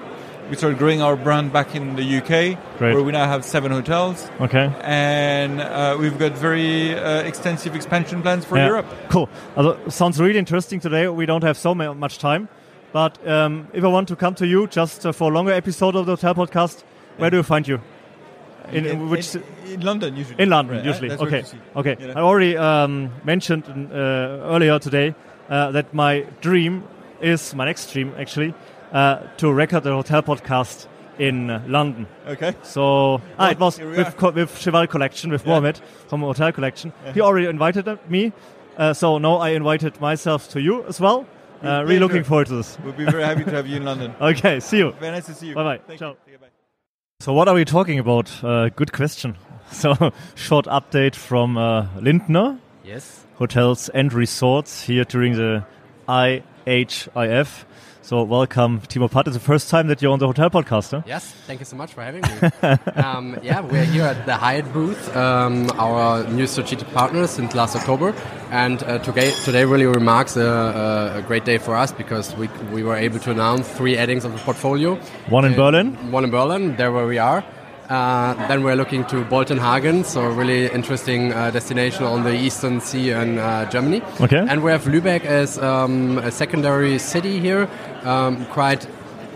Speaker 10: We started growing our brand back in the UK,
Speaker 1: Great.
Speaker 10: where we now have seven hotels,
Speaker 1: Okay.
Speaker 10: and uh, we've got very uh, extensive expansion plans for
Speaker 1: Yeah.
Speaker 10: Europe.
Speaker 1: Cool. Also, sounds really interesting today. We don't have so ma- much time. But um, if I want to come to you just uh, for a longer episode of the Hotel Podcast, where do you find you? In, in which
Speaker 10: in, in London usually?
Speaker 1: In London,
Speaker 10: Right,
Speaker 1: usually.
Speaker 10: that's what
Speaker 1: Okay.
Speaker 10: you see.
Speaker 1: Okay.
Speaker 10: You know?
Speaker 1: I already um, mentioned uh, earlier today uh, that my dream is my next dream actually uh, to record a hotel podcast in uh, London.
Speaker 10: Okay.
Speaker 1: So ah, it was
Speaker 10: here we are.
Speaker 1: with, co- with Cheval Collection with Mohamed from Hotel Collection. He already invited me, uh, so now I invited myself to you as well. Uh, really
Speaker 10: pleasure.
Speaker 1: looking forward to this.
Speaker 10: We'll be very happy to have
Speaker 1: [LAUGHS]
Speaker 10: you in London.
Speaker 1: Okay, see you.
Speaker 10: Very nice to see you.
Speaker 1: Bye-bye.
Speaker 10: Thank
Speaker 1: Ciao.
Speaker 10: you. Take care, bye.
Speaker 1: So, what are we talking about? Uh, good question. [LAUGHS] So, short update from uh, Lindner.
Speaker 11: Yes.
Speaker 1: hotels and resorts here during the IHIF. So welcome, Timo Patt. It's the first time that you're on the hotel podcast, huh?
Speaker 11: Yes. Thank you so much for having me.
Speaker 1: [LAUGHS]
Speaker 11: um, yeah, we're here at the Hyatt booth, um, our new strategic partner since last October, and uh, today today really remarks a, a, a great day for us because we we were able to announce three addings of the portfolio.
Speaker 1: One in
Speaker 11: Uh,
Speaker 1: Berlin.
Speaker 11: One in Berlin. There where we are. Uh, then we're looking to Boltenhagen, so a really interesting uh, destination on the eastern sea in uh, Germany.
Speaker 1: Okay.
Speaker 11: And we have Lübeck as um, a secondary city here, um, quite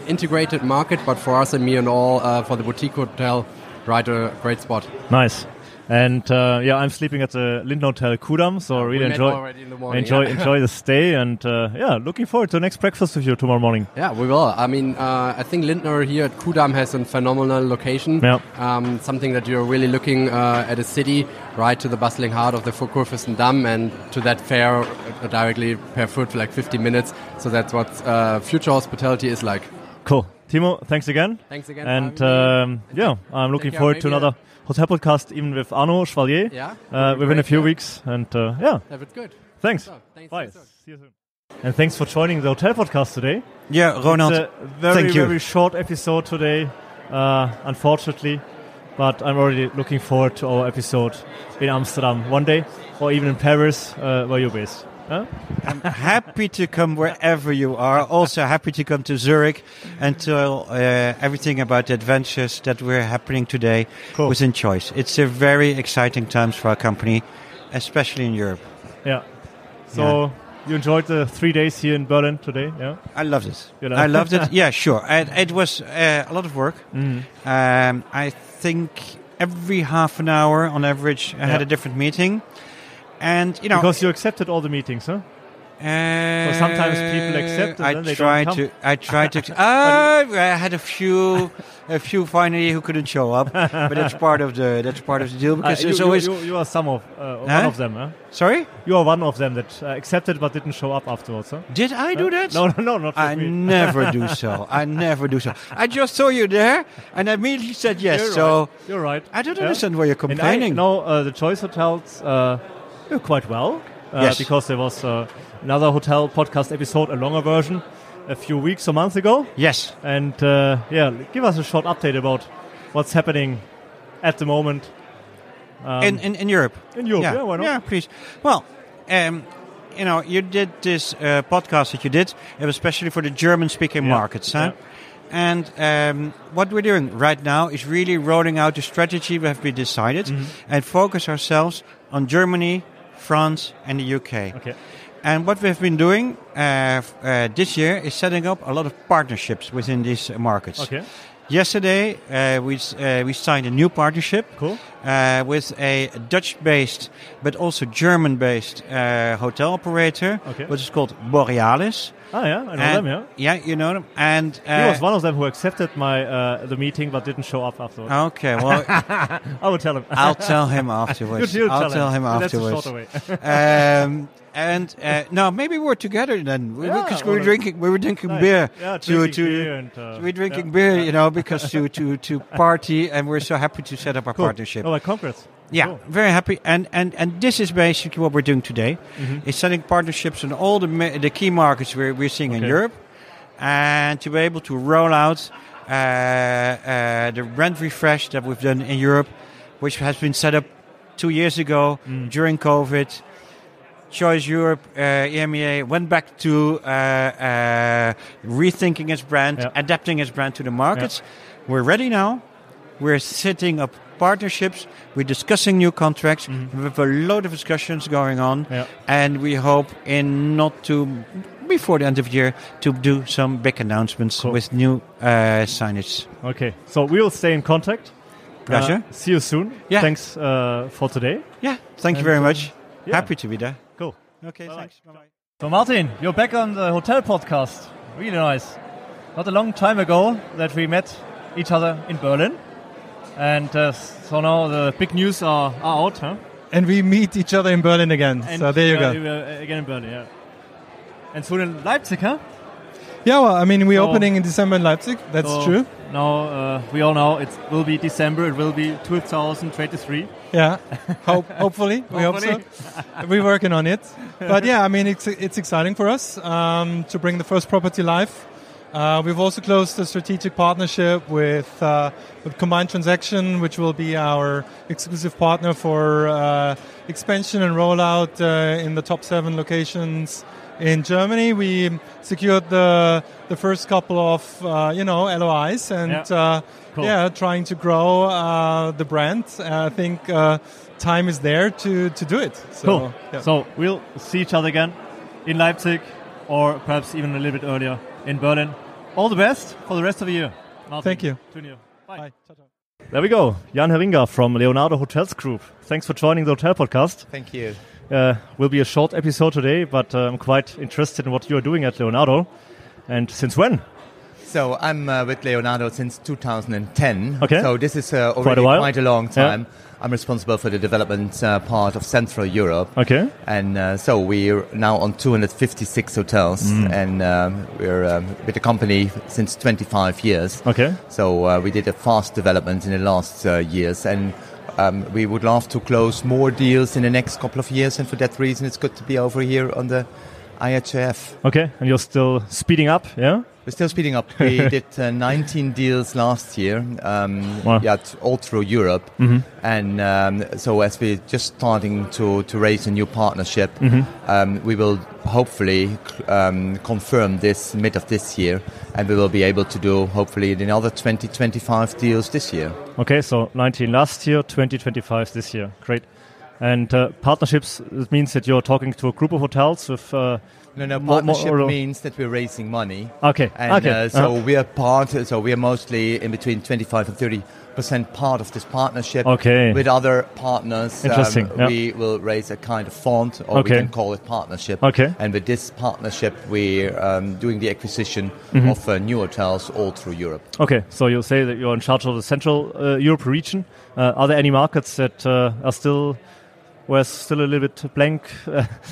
Speaker 11: integrated market, but for us and me and all, uh, for the boutique hotel, right a great spot.
Speaker 1: Nice. And uh, yeah, I'm sleeping at the Lindner Hotel Kudam, so really
Speaker 11: met
Speaker 1: enjoy
Speaker 11: already in the morning, [LAUGHS]
Speaker 1: enjoy
Speaker 11: yeah.
Speaker 1: enjoy the stay, and uh, yeah, looking forward to the next breakfast with you tomorrow morning.
Speaker 11: Yeah, we will. I mean, uh, I think Lindner here at Kudam has a phenomenal location.
Speaker 1: Yeah.
Speaker 11: Um, something that you're really looking uh, at a city right to the bustling heart of the Kurfürstendamm and to that fair uh, directly per foot for like 50 minutes. So that's what uh, future hospitality is like.
Speaker 1: Cool, Timo. Thanks again.
Speaker 11: Thanks again.
Speaker 1: And
Speaker 11: for having me.
Speaker 1: um, yeah, I'm looking
Speaker 11: care.
Speaker 1: forward to
Speaker 11: Maybe, uh,
Speaker 1: another hotel podcast, even with Arno Chevalier.
Speaker 11: Yeah,
Speaker 1: Uh,
Speaker 11: that'd be
Speaker 1: within a
Speaker 11: great,
Speaker 1: few
Speaker 11: yeah.
Speaker 1: weeks, and uh, yeah,
Speaker 11: That was good.
Speaker 1: thanks.
Speaker 11: So, thanks,
Speaker 1: Bye.
Speaker 11: thanks,
Speaker 1: See you soon. And thanks for joining the hotel podcast today.
Speaker 10: Yeah, Ronald.
Speaker 1: It's a very,
Speaker 10: thank you.
Speaker 1: very short episode today, uh, unfortunately. But I'm already looking forward to our episode in Amsterdam one day, or even in Paris, uh, where you're based. Huh?
Speaker 12: I'm happy to come wherever you are. Also happy to come to Zurich and tell uh, everything about the adventures that were happening today within Choice. It's a very exciting times for our company, especially in Europe.
Speaker 1: Yeah. So
Speaker 12: Yeah.
Speaker 1: you enjoyed the three days here in Berlin today? Yeah.
Speaker 12: I loved it.
Speaker 1: You know?
Speaker 12: I loved
Speaker 1: [LAUGHS]
Speaker 12: it. Yeah, sure. And it was uh, a lot of work.
Speaker 1: Mhm.
Speaker 12: Um, I think every half an hour, on average, I had
Speaker 1: Yeah.
Speaker 12: a different meeting, and you know,
Speaker 1: because you accepted all the meetings, huh?
Speaker 12: Uh,
Speaker 1: so sometimes people accept and
Speaker 12: I
Speaker 1: then they
Speaker 12: try
Speaker 1: don't come.
Speaker 12: to. I tried
Speaker 1: [LAUGHS]
Speaker 12: to. Ah, I had a few, a few finally who couldn't show up, but that's part of the that's part of the deal because
Speaker 1: [LAUGHS] Uh, you,
Speaker 12: it's
Speaker 1: you-
Speaker 12: always
Speaker 1: you, you are some of uh, one
Speaker 12: Huh?
Speaker 1: of them. Huh?
Speaker 12: Sorry,
Speaker 1: you are one of them that uh, accepted but didn't show up afterwards. Huh?
Speaker 12: Did I do that?
Speaker 1: No, no, no, not
Speaker 12: I
Speaker 1: with me. [LAUGHS]
Speaker 12: never do so. I never do so. I just saw you there, and I immediately said yes.
Speaker 1: You're
Speaker 12: so
Speaker 1: right. you're right.
Speaker 12: I don't
Speaker 1: Yeah.
Speaker 12: understand why you're
Speaker 1: And
Speaker 12: complaining.
Speaker 1: I know uh, the Choice Hotels uh, do quite well uh,
Speaker 12: Yes.
Speaker 1: because there was uh, another hotel podcast episode, a longer version, a few weeks or months ago.
Speaker 12: Yes.
Speaker 1: And uh, yeah, give us a short update about what's happening at the moment. Um,
Speaker 12: in, in, in Europe.
Speaker 1: In Europe, yeah, why not?
Speaker 12: please. Well, um, you know, you did this uh, podcast that you did, it was especially for the German-speaking markets, huh? And um, what we're doing right now is really rolling out the strategy we have been decided,
Speaker 1: Mm-hmm.
Speaker 12: and focus ourselves on Germany, France, and the UK.
Speaker 1: Okay.
Speaker 12: And what we've been doing uh, f- uh, this year is setting up a lot of partnerships within these uh, markets.
Speaker 1: Okay.
Speaker 12: Yesterday, uh, we, s- uh, we signed a new partnership
Speaker 1: cool.
Speaker 12: uh, with a Dutch based but also German based uh, hotel operator,
Speaker 1: Okay.
Speaker 12: which is called Borealis.
Speaker 1: Ah, yeah, I know
Speaker 12: And-
Speaker 1: them, yeah.
Speaker 12: Yeah, you know them. And
Speaker 1: he
Speaker 12: uh,
Speaker 1: was one of them who accepted my uh, the meeting but didn't show up afterwards.
Speaker 12: Okay, well-
Speaker 1: [LAUGHS] I will tell him. [LAUGHS]
Speaker 12: I'll tell him afterwards.
Speaker 1: You do
Speaker 12: I'll tell him,
Speaker 1: That's the
Speaker 12: afterwards.
Speaker 1: shorter
Speaker 12: [LAUGHS]
Speaker 1: way.
Speaker 12: um, and uh, no, maybe we're together then We-
Speaker 1: Yeah,
Speaker 12: because we were
Speaker 1: well, uh,
Speaker 12: drinking. We were drinking
Speaker 1: nice.
Speaker 12: beer.
Speaker 1: Yeah,
Speaker 12: to-
Speaker 1: drinking
Speaker 12: to-
Speaker 1: beer and, uh,
Speaker 12: we're drinking
Speaker 1: yeah.
Speaker 12: beer, you know, because to to
Speaker 1: [LAUGHS]
Speaker 12: to party, and we're so happy to set up our
Speaker 1: Cool.
Speaker 12: partnership.
Speaker 1: Oh, well, congrats.
Speaker 12: Yeah,
Speaker 1: Cool.
Speaker 12: very happy. And, and and this is basically what we're doing today:
Speaker 1: Mhm.
Speaker 12: is setting partnerships in all the ma- the key markets we're we're seeing in
Speaker 1: Okay.
Speaker 12: Europe, and to be able to roll out uh, uh, the brand refresh that we've done in Europe, which has been set up two years ago during COVID. Choice Europe, uh, EMEA went back to uh, uh, rethinking its brand, adapting its brand to the markets. We're ready now. We're setting up partnerships. We're discussing new contracts. We have a lot of discussions going on, and we hope in not too before the end of the year to do some big announcements with new uh, signage.
Speaker 1: [LAUGHS] Okay, so we'll stay in contact.
Speaker 12: Pleasure.
Speaker 1: Uh, see you soon.
Speaker 12: Yeah.
Speaker 1: Thanks uh, for today.
Speaker 12: Yeah, thank you
Speaker 1: And,
Speaker 12: very
Speaker 1: uh,
Speaker 12: much.
Speaker 1: yeah.
Speaker 12: Happy to be there.
Speaker 1: Cool.
Speaker 12: Okay, thanks. Bye-bye.
Speaker 1: So, Martin, you're back on the hotel podcast. Really nice. Not a long time ago that we met each other in Berlin. And uh, so now the big news are, are out, huh?
Speaker 13: And we meet each other in Berlin again.
Speaker 1: And
Speaker 13: so there you
Speaker 1: uh,
Speaker 13: go.
Speaker 1: we were Again in Berlin, yeah. And soon in Leipzig, huh?
Speaker 13: Yeah, well, I mean, we're
Speaker 1: So-
Speaker 13: opening in December in Leipzig. That's
Speaker 1: So
Speaker 13: true.
Speaker 1: Now uh, we all know it will be December. It will be 2023. [LAUGHS]
Speaker 13: Yeah, hope, hopefully we hope so.
Speaker 1: Hopefully.
Speaker 13: We're working on it, but yeah, I mean it's it's exciting for us um, to bring the first property live. Uh, we've also closed a strategic partnership with uh, with Combined Transaction, which will be our exclusive partner for uh, expansion and rollout uh, in the top seven locations in Germany. We secured the the first couple of uh, you know LOIs and.
Speaker 1: Yeah.
Speaker 13: Uh,
Speaker 1: Cool.
Speaker 13: yeah, trying to grow uh, the brand. Uh, I think uh, time is there to, to do it. So,
Speaker 1: cool.
Speaker 13: yeah.
Speaker 1: So we'll see each other again in Leipzig, or perhaps even a little bit earlier in Berlin. All the best for the rest of the year. Martin,
Speaker 13: Thank you.
Speaker 1: Tune in. Bye.
Speaker 14: There we go.
Speaker 1: Jan Heringa from Leonardo Hotels Group. Thanks for joining the Hotel Podcast.
Speaker 14: Thank you.
Speaker 1: Uh, will be a short episode today, but uh, I'm quite interested in what you are doing at Leonardo. And since when?
Speaker 14: So I'm uh, with Leonardo since 2010.
Speaker 1: Okay.
Speaker 14: So this is uh, already
Speaker 1: Quite a while.
Speaker 14: long
Speaker 1: Yeah.
Speaker 14: time. I'm responsible for the development uh, part of Central Europe.
Speaker 1: Okay.
Speaker 14: And uh, so we're now on 256 hotels,
Speaker 1: Mm.
Speaker 14: and um, we're um, with the company since 25 years.
Speaker 1: Okay.
Speaker 14: So uh, we did a fast development in the last uh, years, and um, we would love to close more deals in the next couple of years. And for that reason, it's good to be over here on the IHF.
Speaker 1: Okay, and you're still speeding up, yeah?
Speaker 14: We're still speeding up. We did uh, 19 deals last year, um,
Speaker 1: Wow.
Speaker 14: yeah, t- all through Europe.
Speaker 1: Mhm.
Speaker 14: And um, so, as we're just starting to, to raise a new partnership,
Speaker 1: Mhm.
Speaker 14: um, we will hopefully c- um, confirm this mid of this year, and we will be able to do hopefully another 20, 25 deals this year.
Speaker 1: Okay, so 19 last year, 20, 25 this year. Great. And uh, partnerships, it means that you're talking to a group of hotels with. Uh,
Speaker 14: No, no,
Speaker 1: more- more-
Speaker 14: partnership
Speaker 1: or-
Speaker 14: means that we're raising money.
Speaker 1: Okay,
Speaker 14: And
Speaker 1: okay,
Speaker 14: Uh, so
Speaker 1: uh-huh.
Speaker 14: we are part, so we are mostly in between 25 and 30 percent part of this partnership.
Speaker 1: Okay.
Speaker 14: With other partners. um,
Speaker 1: Interesting, yeah.
Speaker 14: We will raise a kind of fund, or
Speaker 1: Okay.
Speaker 14: we can call it partnership.
Speaker 1: Okay.
Speaker 14: And with this partnership, we're um, doing the acquisition
Speaker 1: Mhm.
Speaker 14: of uh, new hotels all through Europe.
Speaker 1: Okay, so you say that you're in charge of the Central uh, Europe region. Uh, are there any markets that uh, are still where it's still a little bit blank?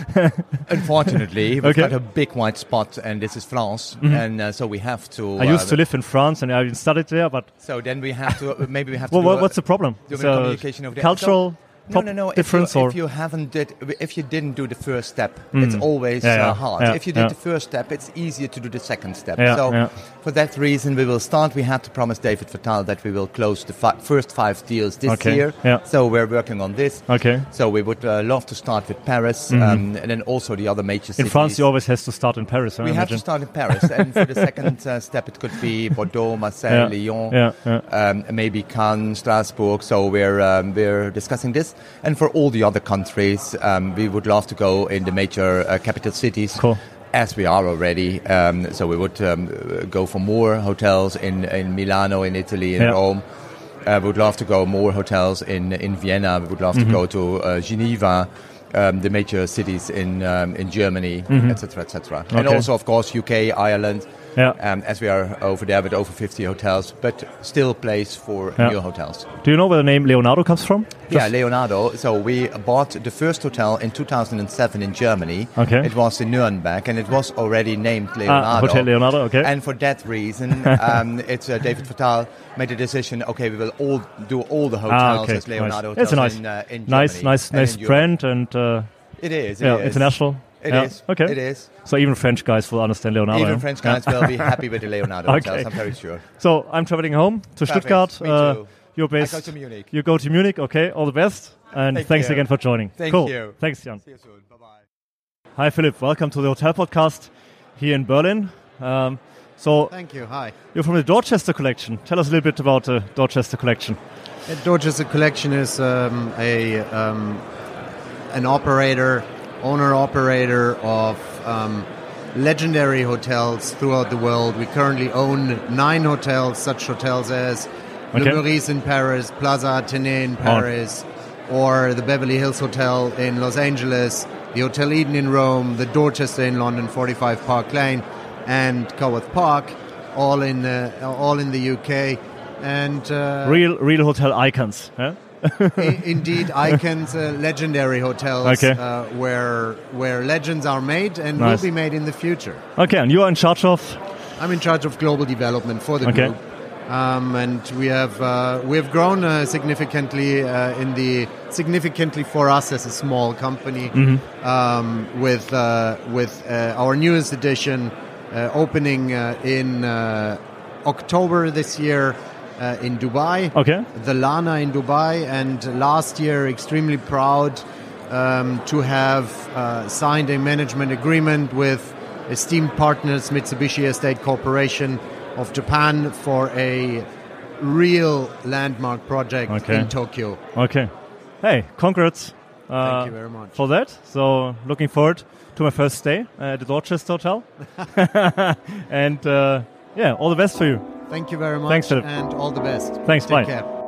Speaker 1: [LAUGHS]
Speaker 14: Unfortunately, we've
Speaker 1: okay.
Speaker 14: got a big white spot, and this is France,
Speaker 1: Mhm.
Speaker 14: and uh, so we have to.
Speaker 1: I used
Speaker 14: uh,
Speaker 1: to live in France and I studied there, but
Speaker 14: So then we have to uh, maybe we have to.
Speaker 1: Well,
Speaker 14: do
Speaker 1: what-
Speaker 14: a-
Speaker 1: what's the problem?
Speaker 14: Do a
Speaker 1: So,
Speaker 14: communication over there.
Speaker 1: cultural
Speaker 14: So- no,
Speaker 1: pop-
Speaker 14: no, no.
Speaker 1: difference
Speaker 14: if you,
Speaker 1: or-
Speaker 14: if you haven't did if you didn't do the first step,
Speaker 1: Mm.
Speaker 14: it's always
Speaker 1: Yeah, yeah,
Speaker 14: uh, hard.
Speaker 1: yeah,
Speaker 14: if you did
Speaker 1: yeah.
Speaker 14: the first step, it's easier to do the second step.
Speaker 1: Yeah,
Speaker 14: so
Speaker 1: yeah.
Speaker 14: for that reason, we will start. We had to promise David Fatal that we will close the fi- first five deals this
Speaker 1: Okay,
Speaker 14: year.
Speaker 1: yeah.
Speaker 14: So we're working on this.
Speaker 1: Okay.
Speaker 14: So we would uh, love to start with Paris,
Speaker 1: Mhm.
Speaker 14: um, and then also the other major
Speaker 1: in
Speaker 14: cities.
Speaker 1: France you always has to start in Paris. I
Speaker 14: We have to
Speaker 1: imagine.
Speaker 14: start in Paris, and
Speaker 1: [LAUGHS]
Speaker 14: for the second uh, step, it could be Bordeaux, Marseille,
Speaker 1: Yeah,
Speaker 14: Lyon,
Speaker 1: yeah, yeah.
Speaker 14: Um, maybe Cannes, Strasbourg. So we're um, we're discussing this, and for all the other countries, um, we would love to go in the major uh, capital cities. As we are already, um, so we would um, uh, go for more hotels in, in Milano, in Italy, in
Speaker 1: Yeah.
Speaker 14: Rome. Uh, we would love to go more hotels in, in Vienna. We would love
Speaker 1: Mhm.
Speaker 14: to go to uh, Geneva, um, the major cities in um, in Germany,
Speaker 1: Mhm.
Speaker 14: etc., etc. And
Speaker 1: Okay.
Speaker 14: also, of course, UK, Ireland,
Speaker 1: Yeah.
Speaker 14: um, as we are over there with over 50 hotels, but still place for
Speaker 1: Yeah.
Speaker 14: new hotels.
Speaker 1: Do you know where the name Leonardo comes from?
Speaker 14: Yeah, Leonardo. So we bought the first hotel in 2007 in Germany.
Speaker 1: Okay. Ah,
Speaker 14: It was in Nuremberg, and it was already named Leonardo.
Speaker 1: Hotel Leonardo, okay.
Speaker 14: And for that
Speaker 1: [LAUGHS]
Speaker 14: reason, um, it's uh, David Fatal made a decision. Okay, we will all do all the hotels
Speaker 1: ah, okay.
Speaker 14: as Leonardo
Speaker 1: nice. It's a
Speaker 14: hotels
Speaker 1: nice,
Speaker 14: in, uh, in
Speaker 1: nice,
Speaker 14: Germany
Speaker 1: nice,
Speaker 14: and
Speaker 1: nice
Speaker 14: in Europe.
Speaker 1: brand and. Uh,
Speaker 14: It is, it
Speaker 1: yeah,
Speaker 14: is.
Speaker 1: international.
Speaker 14: It
Speaker 1: yeah.
Speaker 14: is,
Speaker 1: Okay.
Speaker 14: it is.
Speaker 1: So even French guys will understand Leonardo.
Speaker 14: Even
Speaker 1: yeah?
Speaker 14: French
Speaker 1: Yeah.
Speaker 14: guys
Speaker 1: [LAUGHS]
Speaker 14: will be happy with the Leonardo hotels, I'm very sure.
Speaker 1: So I'm traveling home to
Speaker 14: Perfect,
Speaker 1: Stuttgart.
Speaker 14: me too.
Speaker 1: you're
Speaker 14: I go
Speaker 1: based.
Speaker 14: to Munich.
Speaker 1: You go to Munich. Okay. All the best. And
Speaker 14: Thank
Speaker 1: thanks
Speaker 14: you.
Speaker 1: again for joining.
Speaker 14: Thank
Speaker 1: cool.
Speaker 14: you.
Speaker 1: Thanks, Jan.
Speaker 14: See you soon. Bye-bye.
Speaker 1: Hi, Philip. Welcome to the Hotel Podcast here in Berlin. Um, so
Speaker 15: Thank you. Hi.
Speaker 1: You're from the Dorchester Collection. Tell us a little bit about the Dorchester Collection.
Speaker 15: Uh, Dorchester Collection is um, a um, an operator, owner operator of um, legendary hotels throughout the world. We currently own nine hotels, such hotels as
Speaker 1: Okay.
Speaker 15: Le Meurice in Paris, Plaza Athénée in Paris, or the Beverly Hills Hotel in Los Angeles, the Hotel Eden in Rome, the Dorchester in London, 45 Park Lane, and Coworth Park, all in uh, all in the UK. And uh,
Speaker 1: real, real hotel icons. huh? [LAUGHS]
Speaker 15: I- indeed icons uh, legendary hotels
Speaker 1: Okay.
Speaker 15: uh, where where legends are made and
Speaker 1: Nice.
Speaker 15: will be made in the future
Speaker 1: Okay, and you are in charge of.
Speaker 15: i'm in charge of global development for the
Speaker 1: Okay.
Speaker 15: group um, and we have uh, we have grown uh, significantly uh, in the significantly for us as a small company
Speaker 1: Mm-hmm.
Speaker 16: Mhm.
Speaker 15: um, with uh, with uh, our newest edition uh, opening uh, in uh, October this year uh, in Dubai.
Speaker 1: Okay.
Speaker 15: The Lana in Dubai, and last year extremely proud um, to have uh, signed a management agreement with esteemed partners Mitsubishi Estate Corporation of Japan for a real landmark project
Speaker 1: Okay.
Speaker 15: in Tokyo.
Speaker 1: Okay. Hey, congrats. uh,
Speaker 15: you very much.
Speaker 1: For that. So, looking forward to my first day at the Dorchester
Speaker 15: [LAUGHS]
Speaker 1: Hotel. [LAUGHS] and uh, yeah, all the best for you.
Speaker 15: Thank you very much,
Speaker 1: Thanks, Philip.
Speaker 15: and all the best.
Speaker 1: Thanks, bye.
Speaker 15: Take care.